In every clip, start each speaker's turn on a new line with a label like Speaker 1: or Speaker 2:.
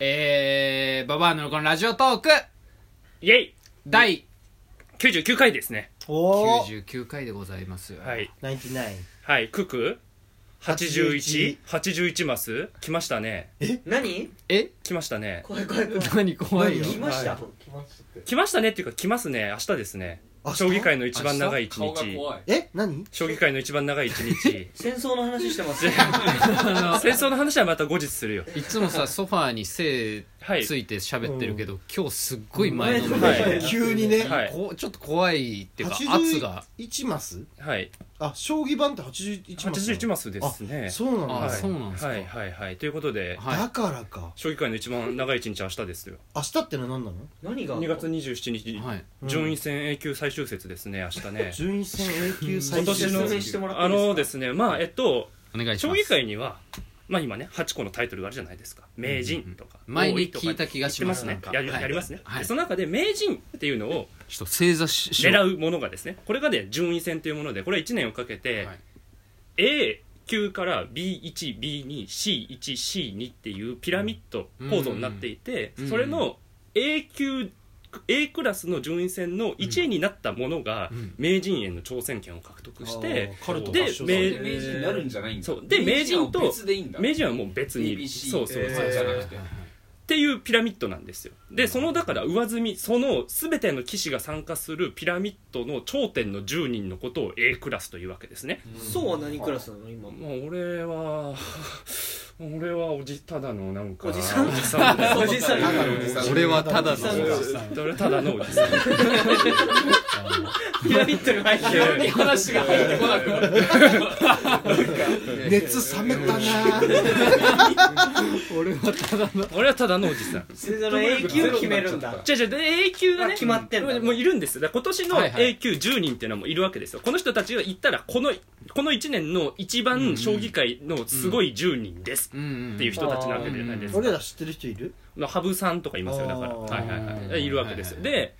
Speaker 1: えー、ババアのこのラジオトーク、
Speaker 2: イェイ
Speaker 1: 第
Speaker 2: 99回ですね。
Speaker 3: おお
Speaker 1: 99回でございます。
Speaker 2: はい。
Speaker 3: ナインティナイン
Speaker 2: はい。クク ?81?81 マス来ましたね。
Speaker 4: 何
Speaker 1: え
Speaker 2: 来ましたね。
Speaker 4: 怖い怖い怖い
Speaker 1: 何怖いよ。
Speaker 4: 来ました、。
Speaker 3: は
Speaker 2: 来ましたねっていうか来ますね。明日ですね。
Speaker 3: 明日
Speaker 2: 将棋界の一番長い一
Speaker 5: 顔が
Speaker 2: 日。
Speaker 5: 怖い
Speaker 3: え何
Speaker 2: 将棋界の一番長い一日
Speaker 4: 戦争の話してますね
Speaker 2: 戦争の話はまた後日するよ。
Speaker 1: いつもさ、ソファーに背
Speaker 2: はい。
Speaker 1: ついて喋ってるけど、今日すっごい前のめり
Speaker 2: は
Speaker 1: で
Speaker 2: い
Speaker 3: 急にね
Speaker 2: はい
Speaker 1: こうちょっと怖いっていうか、圧が。
Speaker 3: 81マス
Speaker 2: はい。
Speaker 3: あ将棋盤って81マス
Speaker 2: 81マスです
Speaker 3: あ
Speaker 2: ね。
Speaker 3: そうなんだ、
Speaker 1: あ
Speaker 2: はい
Speaker 1: そうなんですか
Speaker 2: はいはいはい。ということで、
Speaker 1: はい
Speaker 3: だからか
Speaker 2: 将棋界の一番長い一日明日ですよ。
Speaker 3: 明日ってのは何なの
Speaker 4: 何が
Speaker 2: 2月27日、
Speaker 1: はい。
Speaker 3: うん。
Speaker 2: 順位戦 A 級最終節ですね、明日ね
Speaker 3: 順位戦 A 級最
Speaker 2: 今年
Speaker 3: 終
Speaker 2: の
Speaker 4: 説明してもらってい
Speaker 2: あ
Speaker 4: いですか
Speaker 2: のですね、まあ、えっと、
Speaker 1: お願いし
Speaker 2: 将
Speaker 1: ます。
Speaker 2: 棋界には、まあ今ね、8個のタイトルがあるじゃないですか。名人とか。
Speaker 1: 前
Speaker 2: 王位
Speaker 1: に
Speaker 2: とか
Speaker 1: 聞いた気がします。
Speaker 2: 言ってますね。や
Speaker 1: は
Speaker 2: り
Speaker 1: い
Speaker 2: やりますね。
Speaker 1: はい
Speaker 2: でその中で名人っていうのを
Speaker 1: ちょっと正座ししよう
Speaker 2: 狙うものがですね、これがね、順位戦というもので、これは1年をかけて
Speaker 1: はい
Speaker 2: A 級から B1、B2、C1、C2 っていうピラミッド構造になっていて
Speaker 1: うん、
Speaker 2: それの A 級、A クラスの順位戦の1位になったものが
Speaker 1: うん
Speaker 2: 名人への挑戦権を獲得して、
Speaker 3: あーカルト
Speaker 2: で
Speaker 3: 発祥だ
Speaker 2: 名
Speaker 5: で名人になるんじゃないんだ
Speaker 2: そうで名人と
Speaker 5: は別でいいんだ
Speaker 2: 名人はもう別に
Speaker 5: BBC
Speaker 2: そうそうそう、
Speaker 5: えーじゃなくて
Speaker 2: っていうピラミッドなんですよでそのだから上積みその全ての棋士が参加するピラミッドの頂点の10人のことを A クラスというわけですね
Speaker 4: そうは何クラスなの今
Speaker 2: まあ俺は 俺はおじただのなんか
Speaker 4: おじさん
Speaker 2: おじさんだよ
Speaker 4: おじさん
Speaker 2: う
Speaker 1: 俺はただの
Speaker 2: 俺ただのおじさん
Speaker 4: ピラミッドに入ってる
Speaker 2: い や
Speaker 5: 話が入ってこなくなる
Speaker 3: 熱冷めたな
Speaker 1: 俺はただの。
Speaker 2: 俺はただのおじさん
Speaker 4: 戦争の永久決めるんだ
Speaker 2: じゃあじゃあで A 級がね
Speaker 4: あ決まってんだ
Speaker 2: もういるんですだから今年の
Speaker 1: はいはい
Speaker 2: A 級10人っていうのはもういるわけですよこの人たちが行ったらこのこの1年の一
Speaker 1: うんうん
Speaker 2: 番将棋界のすごい10人です
Speaker 1: うんうん。
Speaker 2: っていう人たちなわけじゃないですか
Speaker 3: 俺ら知ってる人いる
Speaker 2: の羽生さんとかいますよだから
Speaker 3: あー
Speaker 2: はいはいはいいるわけですよ
Speaker 1: はいはいは
Speaker 2: で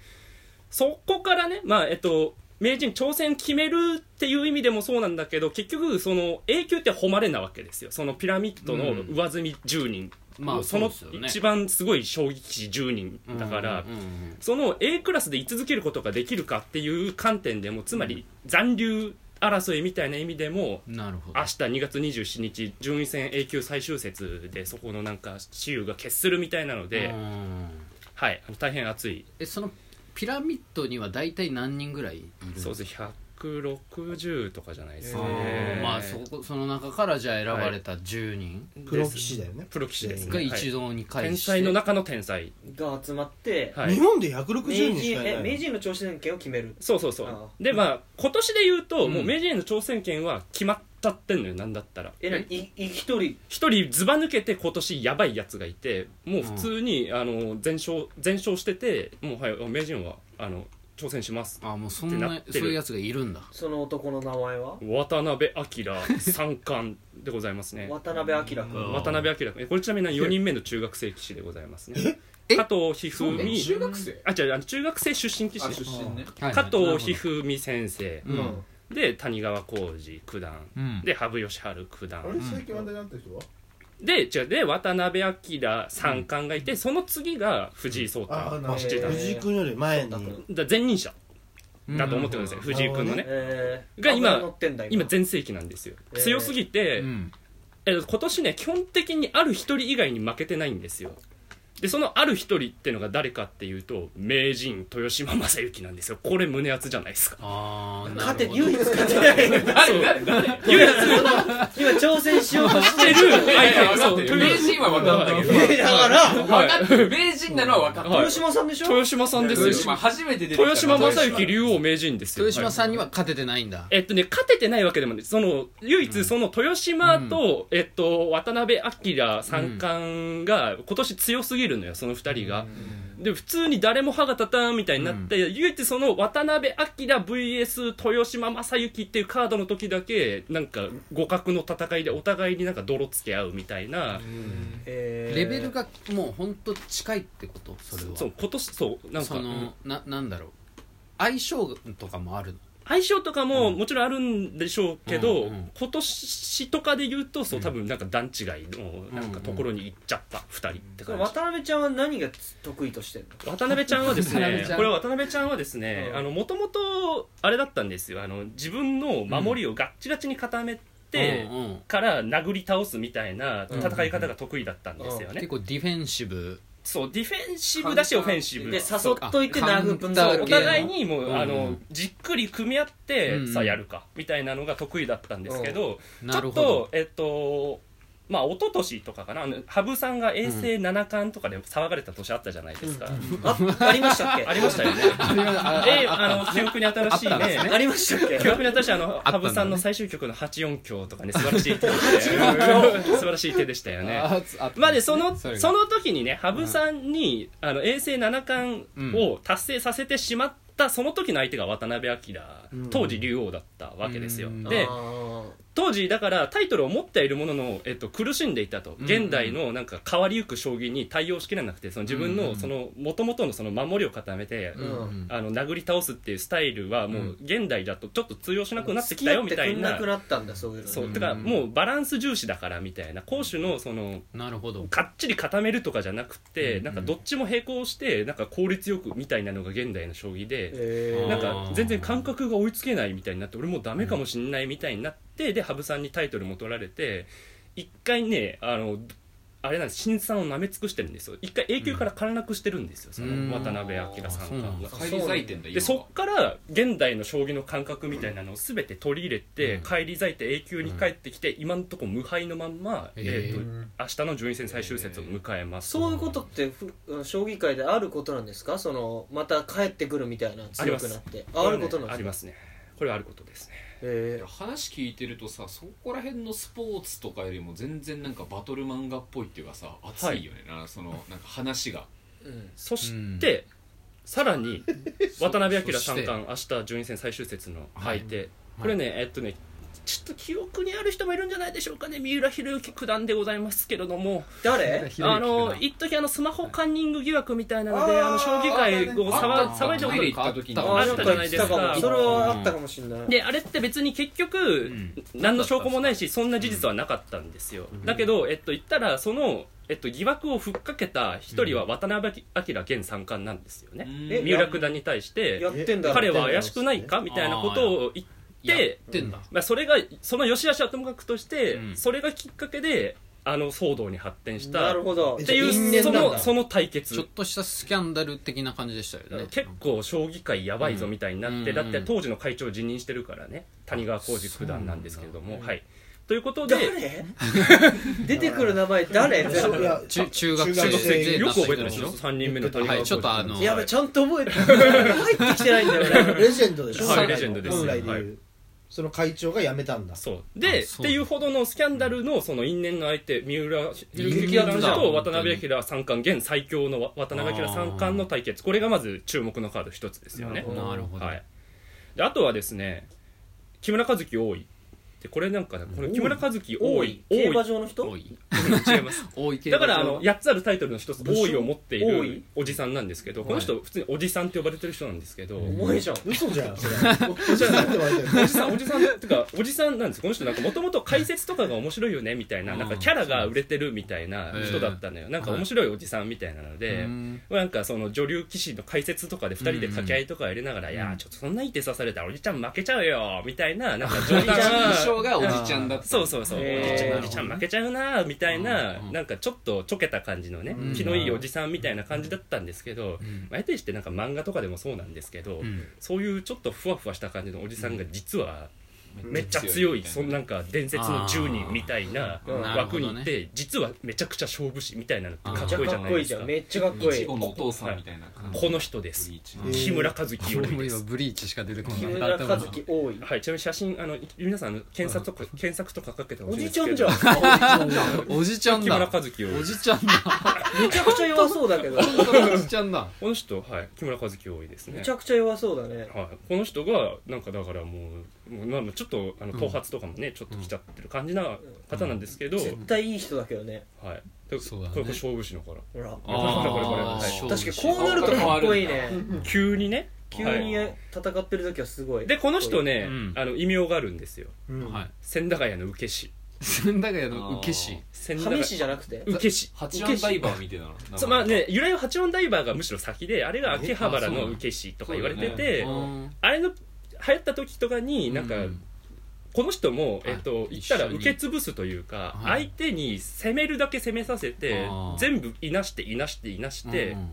Speaker 2: そこからねまあえっと名人挑戦決めるっていう意味でもそうなんだけど結局その A 級って誉れなわけですよそのピラミッドの上積み10人、
Speaker 1: まあ、
Speaker 2: そ
Speaker 1: そ
Speaker 2: の
Speaker 1: の
Speaker 2: 一番すごい将棋棋士10人だから、
Speaker 1: うんうんうん
Speaker 2: その A クラスで居続けることができるかっていう観点でもつまり残留争いみたいな意味でも
Speaker 1: うんなるほど
Speaker 2: 明日2月27日順位戦 A 級最終節でそこのなんか雌雄が決するみたいなので、
Speaker 1: うん
Speaker 2: はい、大変熱い
Speaker 1: えそのピラミッドには大体何人ぐらいいるんです
Speaker 2: そ
Speaker 1: か
Speaker 2: うです160とかじゃないですか
Speaker 1: あー
Speaker 2: ね
Speaker 1: まあそこその中からじゃあ選ばれた10人
Speaker 2: です
Speaker 3: プロ棋士だよね
Speaker 2: プロ棋士ですね
Speaker 1: が
Speaker 2: はい
Speaker 1: 一堂に会
Speaker 2: 天
Speaker 1: して、
Speaker 2: 才の中の天才
Speaker 4: が集まって
Speaker 2: はい
Speaker 3: 日本で
Speaker 4: 名
Speaker 3: 160人し
Speaker 4: 人
Speaker 3: かい
Speaker 4: え
Speaker 3: ない
Speaker 4: 名人の挑戦権を決める
Speaker 2: そうそうそ
Speaker 4: あ
Speaker 2: う
Speaker 4: ー
Speaker 2: でまあ今年で言うと、
Speaker 1: うん
Speaker 2: もう名人への挑戦権は決まっちゃってんのよなんだったら
Speaker 4: え何いい一人
Speaker 2: 一人ずば抜けて今年やばいやつがいてもう普通に、あの全勝全勝しててもうはい名人はあの挑戦します
Speaker 1: あもうそんな
Speaker 2: ってなって
Speaker 1: そう
Speaker 2: る
Speaker 1: いうやつがいるんだ
Speaker 4: その男の名前は
Speaker 2: 渡辺明三冠でございますね
Speaker 4: 渡辺明君
Speaker 1: うん
Speaker 2: 渡辺明君これちなみに4人目の中学生棋士でございますね
Speaker 1: え
Speaker 2: 加藤一
Speaker 5: そうね
Speaker 2: 二
Speaker 5: 中
Speaker 2: 三
Speaker 5: 学生
Speaker 2: あ違うあの中学生出身棋
Speaker 5: あ
Speaker 2: 士
Speaker 5: 出
Speaker 2: ね
Speaker 5: 身ね
Speaker 1: はい
Speaker 2: 加藤一
Speaker 1: 皮
Speaker 2: 二三先生
Speaker 1: うん
Speaker 2: で谷川浩二九段
Speaker 1: うん
Speaker 2: で羽生善治九
Speaker 6: あれ
Speaker 2: 段
Speaker 6: 最近話題になった人は、
Speaker 2: で違うで渡辺明三冠がいてその次が藤井聡太
Speaker 6: あーなるほど
Speaker 2: 七段
Speaker 3: 藤井君より前に
Speaker 4: そうだった
Speaker 2: だ前任者
Speaker 1: うん
Speaker 2: だと思ってください藤井君のね
Speaker 4: えー
Speaker 2: が今
Speaker 4: 脂乗ってんだ
Speaker 2: 今全盛期なんですよ
Speaker 4: えー
Speaker 2: 強すぎて
Speaker 1: うん
Speaker 2: えー今年ね基本的にある一人以外に負けてないんですよでそのある一人ってのが誰かっていうと名人豊島正幸なんですよこれ胸熱じゃないですか
Speaker 1: ああ
Speaker 4: 勝て
Speaker 1: なるほ
Speaker 4: 唯一勝てない
Speaker 5: 誰誰誰
Speaker 2: 唯一
Speaker 4: 今挑戦しようとし
Speaker 2: してる相手がそう
Speaker 5: 名人は分かったけど
Speaker 4: てだから
Speaker 2: はい
Speaker 5: 名人なのは分かった
Speaker 2: はい
Speaker 4: 豊島さんでしょ
Speaker 2: 豊島さんですよ
Speaker 5: 豊島初めて出てきた
Speaker 2: 豊島正幸竜王名人です
Speaker 1: ど
Speaker 2: よ
Speaker 1: 豊島さんに
Speaker 2: は
Speaker 1: は勝ててないん
Speaker 2: い
Speaker 1: だ、
Speaker 2: えっとね勝ててないわけでもないその唯一その豊島と、えっと渡辺明三冠が今年強すぎるのよその二人が、で普通に誰も歯が立たんみたいになって、唯一その渡辺明 VS 豊島正幸っていうカードの時だけなんか互角の戦いでお互いになんか泥つけ合うみたいな、
Speaker 4: えー
Speaker 1: レベルがもう本当近いってことそれは
Speaker 2: そう今年そうなんか
Speaker 1: そのななんだろう相性とかもあるの
Speaker 2: 相性とかももちろんあるんでしょうけど、
Speaker 1: うんうん
Speaker 2: 今年とかで言うとそう多分なんか段違いのなんかところに行っちゃった2人って感じ、
Speaker 4: 渡辺ちゃんは何が得意としてるの
Speaker 2: 渡辺ちゃんはです
Speaker 1: 渡辺
Speaker 2: ね
Speaker 1: ちゃん
Speaker 2: これ渡辺ちゃんはですね
Speaker 4: うん
Speaker 2: あのもともとあれだったんですよあの自分の守りをガッチガチに固めて
Speaker 1: うんうん
Speaker 2: から殴り倒すみたいな戦い方が得意だったんですよね、
Speaker 1: 結構ディフェンシブ
Speaker 2: そうディフェンシブだしオフェンシブ
Speaker 4: で
Speaker 2: そう
Speaker 4: 誘っといて
Speaker 1: あ
Speaker 4: 殴るぶん殴る
Speaker 1: カ
Speaker 2: お
Speaker 1: ウンター系
Speaker 2: 互いにもう、
Speaker 1: うん
Speaker 2: あのじっくり組み合って、
Speaker 1: うん
Speaker 2: さあやるかみたいなのが得意だったんですけど、ち
Speaker 1: な
Speaker 2: ょ
Speaker 1: る
Speaker 2: っ
Speaker 1: ほど
Speaker 2: とえっとまあ一昨年とかかなあの羽生さんが衛星七冠とかで騒がれた年あったじゃないですか、
Speaker 4: あありまし たっけ
Speaker 2: ありましたよねであの記憶に新しい
Speaker 1: あったんで
Speaker 2: ね
Speaker 1: すね
Speaker 4: ありましたっ け
Speaker 2: 記憶に新しいあの
Speaker 1: あったん
Speaker 2: 羽
Speaker 1: だね
Speaker 2: 生さんの最終曲の8音響とかね素晴らしい手でしたよ ね素晴らしい手でしたよね
Speaker 1: ああ
Speaker 2: まあでそのそ
Speaker 1: それが
Speaker 2: の時にね羽生さんに、あの衛星七冠を達成させてしまったその時の相手が渡辺明当時竜王だったわけですよ、
Speaker 1: うん
Speaker 2: で
Speaker 4: あー
Speaker 2: 当時だからタイトルを持ってはいるものの、えっと、苦しんでいたと
Speaker 1: うん
Speaker 2: 現代のなんか変わりゆく将棋に対応しきれなくてその自分
Speaker 1: う
Speaker 2: の
Speaker 1: ん
Speaker 2: その元々のその守りを固めて、
Speaker 1: うんうん
Speaker 2: あの殴り倒すっていうスタイルはも
Speaker 1: う
Speaker 2: う現代だとちょっと通用しなくなってきたよみたい
Speaker 4: 付き合っ
Speaker 2: な
Speaker 4: てくんなくなったんだそういうの
Speaker 2: そううんてかもうバランス重視だからみたいな攻守のその
Speaker 1: なるほど
Speaker 2: がっちり固めるとかじゃなくて
Speaker 1: うん
Speaker 2: なんかどっちも並行してなんか効率よくみたいなのが現代の将棋で
Speaker 4: えー
Speaker 2: なん
Speaker 1: あ
Speaker 2: か
Speaker 1: ー
Speaker 2: 全然感覚が追いつけないみたいになって俺もうダメかもしんないみたいになってで羽生さんにタイトルも取られて一回ねあのあれなんです新さんを舐め尽くしてるんですよ一回永久から陥落してるんですよそ
Speaker 1: うん
Speaker 2: の渡辺明さん
Speaker 1: そうな
Speaker 2: が
Speaker 1: んだ。
Speaker 5: 返り咲いてんだ
Speaker 2: で
Speaker 5: 今
Speaker 2: そっから現代の将棋の感覚みたいなのを全て取り入れて、
Speaker 1: うん
Speaker 2: 返り咲いて永久に帰ってきて、今のところ無敗のまんま、
Speaker 1: へ
Speaker 2: え
Speaker 1: ー
Speaker 2: ーと明日の順位戦最終節を迎えます、
Speaker 4: そういうことってふ将棋界であることなんですかそのまた帰ってくるみたいな
Speaker 2: あり
Speaker 4: 強
Speaker 2: ま
Speaker 4: く
Speaker 2: す
Speaker 4: なって
Speaker 2: これ
Speaker 4: あ
Speaker 2: は
Speaker 4: あ
Speaker 2: ね
Speaker 4: ることなん
Speaker 2: あり
Speaker 4: ですか
Speaker 2: ますねこれはあることですね
Speaker 4: え
Speaker 5: 話聞いてるとさそこら辺のスポーツとかよりも全然なんかバトル漫画っぽいっていうかさ熱いよねな、そのなんか話が
Speaker 4: ーうん
Speaker 2: そして、さらに渡辺明三
Speaker 1: そ
Speaker 2: 冠明日順位戦最終節の相手、
Speaker 1: い
Speaker 2: これねえっとねちょっと記憶にある人もいるんじゃないでしょうかね三浦弘行九段でございますけれども
Speaker 4: 誰
Speaker 1: ひどい
Speaker 2: あの
Speaker 1: 聞く
Speaker 2: 一時あのスマホカンニング疑惑みたいなの
Speaker 4: はい
Speaker 2: であの将棋界を
Speaker 1: あ
Speaker 2: 騒
Speaker 1: ー
Speaker 2: 騒いでお
Speaker 5: トイレ行った時に
Speaker 1: あ
Speaker 4: あ
Speaker 2: あったじゃないですか
Speaker 4: ん言ってたもそれはあったかもしれない
Speaker 2: であれって別に結局、
Speaker 1: ん
Speaker 2: 何の証拠もないしそんな事実はなかったんですよ、だけど、えっと、言ったらその、えっと、疑惑をふっかけた一人は渡辺明現三冠なんですよね、
Speaker 4: え
Speaker 2: 三浦九段に対して
Speaker 4: やってんだ
Speaker 2: 彼は怪しくないかみたいなことを言っ
Speaker 1: や
Speaker 2: て
Speaker 1: ってんだ
Speaker 2: まあ、それがその良し悪しはともかくとして、
Speaker 1: うん
Speaker 2: それがきっかけであの騒動に発展した
Speaker 4: なるほど
Speaker 2: って
Speaker 3: え因
Speaker 2: いう
Speaker 3: 縁
Speaker 2: そ
Speaker 3: なん
Speaker 2: の
Speaker 3: だ
Speaker 2: その対決
Speaker 1: ちょっとしたスキャンダル的な感じでしたよね
Speaker 2: 結構将棋界やばいぞみたいになって、
Speaker 1: うん
Speaker 2: だって当時の会長辞任してるからね谷川浩司九段なんですけれど
Speaker 1: そう
Speaker 2: も、はいということで
Speaker 4: 誰 出てくる名前 誰
Speaker 3: そういや
Speaker 1: 中中学
Speaker 2: 中
Speaker 1: 生
Speaker 2: 学生
Speaker 1: で
Speaker 2: よく覚えてる
Speaker 1: な
Speaker 2: で
Speaker 1: った
Speaker 2: し
Speaker 1: 人
Speaker 2: ょ3人目の谷川
Speaker 1: はい
Speaker 2: 浩司
Speaker 1: ちょっとあの
Speaker 4: やべちゃんと覚えて入ってきてないんだ よね
Speaker 3: レジェンドでしょ
Speaker 2: はいレジェンドです
Speaker 3: 本来で
Speaker 2: は
Speaker 3: 言うその会長が辞めたんだ
Speaker 2: そうで
Speaker 1: あ
Speaker 2: っ
Speaker 1: そう
Speaker 2: ていうほどのスキャンダルのその因縁の相手三浦
Speaker 1: 因
Speaker 2: 弘
Speaker 1: 縁
Speaker 2: 行
Speaker 1: だ
Speaker 2: 九段と渡辺明三冠現最強の渡辺明三冠の対決これがまず注目のカード一つですよね
Speaker 4: なるほ
Speaker 1: なるほど
Speaker 2: はい、であとはですね木村和樹多いでこれなんかねこれ木村和樹多
Speaker 4: 多
Speaker 2: い
Speaker 4: い
Speaker 2: 多
Speaker 4: 競馬
Speaker 2: い
Speaker 4: 場の人
Speaker 1: 多い
Speaker 2: 違います
Speaker 1: 多い系
Speaker 2: だからあの
Speaker 1: や
Speaker 2: 8つあるタイトルの一つ「王位」を持ってい
Speaker 4: 王
Speaker 2: る
Speaker 4: 位
Speaker 2: おじさんなんですけどこの人普通におじさんって呼ばれてる人なんですけどお
Speaker 4: 重いじゃん
Speaker 3: 嘘じゃんそれおじさんって言われてる
Speaker 2: じさんおじさんってかおじさんなんですこの人なんかもともと解説とかが面白いよねみたいななんかキャラが売れてるみたいな人だったのよなんか面白いおじさんみたいなのでなんかその女流棋士の解説とかで2人で掛け合いとかやりながら「いやーちょっとそんないい手刺されたらおじちゃん負けちゃうよ」みたいななんか冗談
Speaker 5: 印象がおじちゃんだった
Speaker 2: そうそうそう、
Speaker 4: へー
Speaker 2: おじちゃんおじちゃん負けちゃうなみたいな、
Speaker 1: うん
Speaker 2: なんかちょっとちょけた感じのね、
Speaker 1: うん
Speaker 2: 気のいいおじさんみたいな感じだったんですけど、まあ、得てしてなんか漫画とかでもそうなんですけど、そういうちょっとふわふわした感じのおじさんが実はめっちゃ強い、そんなんか伝説の10人みたいな
Speaker 4: うん
Speaker 2: 枠にいて、実はめちゃくちゃ勝負師みたいなのって
Speaker 1: あー
Speaker 2: か
Speaker 4: めっ
Speaker 2: っ
Speaker 4: ち
Speaker 2: こいいじ
Speaker 4: ゃ
Speaker 2: ゃないですか
Speaker 4: かっこいいじゃんめっちゃかっこ
Speaker 5: い
Speaker 4: い
Speaker 5: ち
Speaker 4: い
Speaker 5: ごのお父さんみたいな感じ
Speaker 2: この人です
Speaker 5: ブリーチ
Speaker 3: え
Speaker 5: の
Speaker 3: ー
Speaker 2: 木村和樹多
Speaker 1: 俺
Speaker 2: い
Speaker 1: も
Speaker 2: で
Speaker 1: 今
Speaker 2: す
Speaker 1: ブリーチしか出てこない
Speaker 4: 木村和樹多い
Speaker 2: はい、ちなみに写真あの皆さんあの検索とか検索とかかけてほ
Speaker 4: お
Speaker 2: しいん
Speaker 4: じ
Speaker 2: です
Speaker 4: ち
Speaker 2: け
Speaker 4: ゃ
Speaker 2: ど
Speaker 4: んじゃんめ
Speaker 1: おじちゃん
Speaker 2: 木村
Speaker 1: だ
Speaker 2: 和樹を
Speaker 1: おじちゃん だ
Speaker 4: ちゃくちゃ弱そうだけど
Speaker 1: 本当のおじちゃんだ
Speaker 2: この人はい木村和樹多いですね
Speaker 4: めちゃくちゃ弱そうだね
Speaker 2: はい、この人がなんかだからもうもうまあまあちょっとあの頭髪とかもね、ちょっときちゃってる感じな方なんですけど、
Speaker 4: 絶対いい人だけどね
Speaker 2: はいで
Speaker 1: そうだね
Speaker 2: これこれ勝負師のから
Speaker 4: ほら
Speaker 2: あー
Speaker 4: 確かにこうなるとかっこいいね
Speaker 2: 急にね
Speaker 4: 急に戦ってる時はすごい
Speaker 2: でこの人ね、
Speaker 1: うん
Speaker 2: あの異名があるんですよ
Speaker 3: うん
Speaker 1: はい
Speaker 2: 千駄ヶ谷の受け師
Speaker 1: 千駄ヶ谷の受け師
Speaker 2: 千
Speaker 4: 試しじゃなくて
Speaker 2: 受け師
Speaker 5: 八安ダイバーみたいな名前
Speaker 2: そうまあね由来は八音ダイバーがむしろ先であれが秋葉原
Speaker 5: あそう
Speaker 2: の
Speaker 5: なの
Speaker 2: 受け師とか言われて
Speaker 5: そうだ
Speaker 2: て、
Speaker 5: よね
Speaker 2: あれの流行った時とかになんか、
Speaker 1: うん
Speaker 2: この人も、
Speaker 1: あ
Speaker 2: えっと、言っ
Speaker 1: 一緒
Speaker 2: た
Speaker 1: に
Speaker 2: ら受け潰すというか、
Speaker 1: はい
Speaker 2: 相手に攻めるだけ攻めさせて
Speaker 1: あー
Speaker 2: 全部いなしていなしていなして、
Speaker 1: うん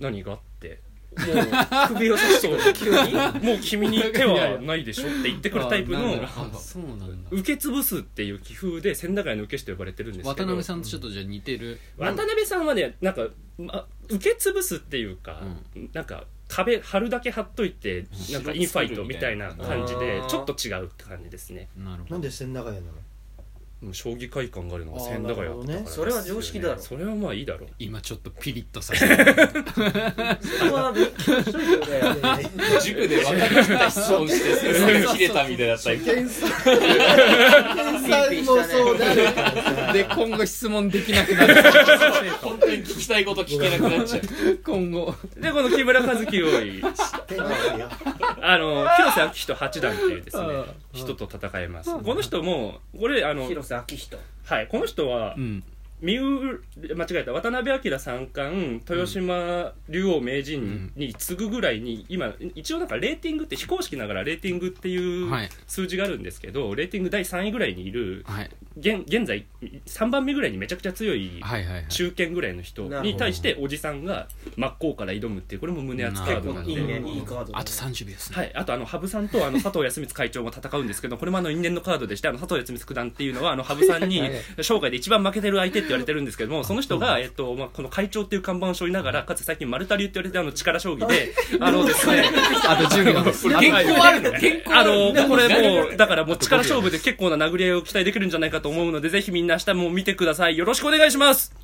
Speaker 2: 何があって
Speaker 4: もう首を刺してくる 急に
Speaker 2: もう君に手はないでしょって言ってくるタイプ
Speaker 1: あな
Speaker 2: の
Speaker 1: るほどそうなんだ
Speaker 2: 受け潰すっていう気風で千駄ヶ谷の受け師と呼ばれてるんですけど
Speaker 1: 渡辺さんとちょっとじゃあ似てる
Speaker 2: 渡辺さんはねなんか、ま、受け潰すっていうか、なんか壁貼るだけ貼っといてなんかインファイトみたいな感じで
Speaker 4: うん
Speaker 2: ちょっと違うって感じですね
Speaker 1: なるほ
Speaker 3: な
Speaker 1: ど
Speaker 3: んで千駄ヶ谷なの
Speaker 2: もう将棋会館があるのが千駄ヶ谷だったから
Speaker 3: あーなるほどね
Speaker 2: ですよ
Speaker 4: それは常識だろ
Speaker 2: それはまあいいだろう
Speaker 1: 今ちょっとピリッとさせ て
Speaker 4: それは勉強しといて くれよ
Speaker 5: 塾で若かった質問して 先生が切れたみたいだったり
Speaker 3: 検査検査もそうだけどさ
Speaker 1: で今後質問できなくなる
Speaker 5: 本当に聞きたいこと聞けなくなっちゃう
Speaker 1: 今後
Speaker 2: でこの木村和樹を い
Speaker 3: 手があるよ
Speaker 2: あの広瀬明人八段っていうですね
Speaker 1: あ
Speaker 2: 人と戦いますこの人もこれあの
Speaker 4: 広瀬昭人
Speaker 2: はいこの人は
Speaker 1: うん
Speaker 2: 三浦間違えた渡辺明三冠豊島竜王名人に次ぐぐらいに今一応なんかレーティングって非公式ながらレーティングっていう
Speaker 1: はい
Speaker 2: 数字があるんですけどレーティング第3位ぐらいにいる
Speaker 1: はい
Speaker 2: 現現在3番目ぐらいにめちゃくちゃ強い
Speaker 1: はいはいはい
Speaker 2: 中堅ぐらいの人に対しておじさんが真っ向から挑むっていうこれも胸熱カードなんで
Speaker 4: いいね
Speaker 1: なるほど
Speaker 4: いいカードだね
Speaker 1: あと30秒ですね
Speaker 2: はい、あとあの羽生さんとあの佐藤康光会長も戦うんですけど これもあの因縁のカードでしてあの佐藤康光九段っていうのはあの羽生さんに生涯で一番負けてる相手って言われてるんですけどもその人が、えっとまあ、この会長っていう看板を背負いながらかつて最近丸太流って言われてるあの力将棋で あのですね
Speaker 1: あと10秒です
Speaker 5: これ原稿あるの原稿
Speaker 2: あのこれもう
Speaker 5: う
Speaker 2: だからもう力勝負で結構な殴り合いを期待できるんじゃないかと思うのでぜひみんな明日も見てくださいよろしくお願いします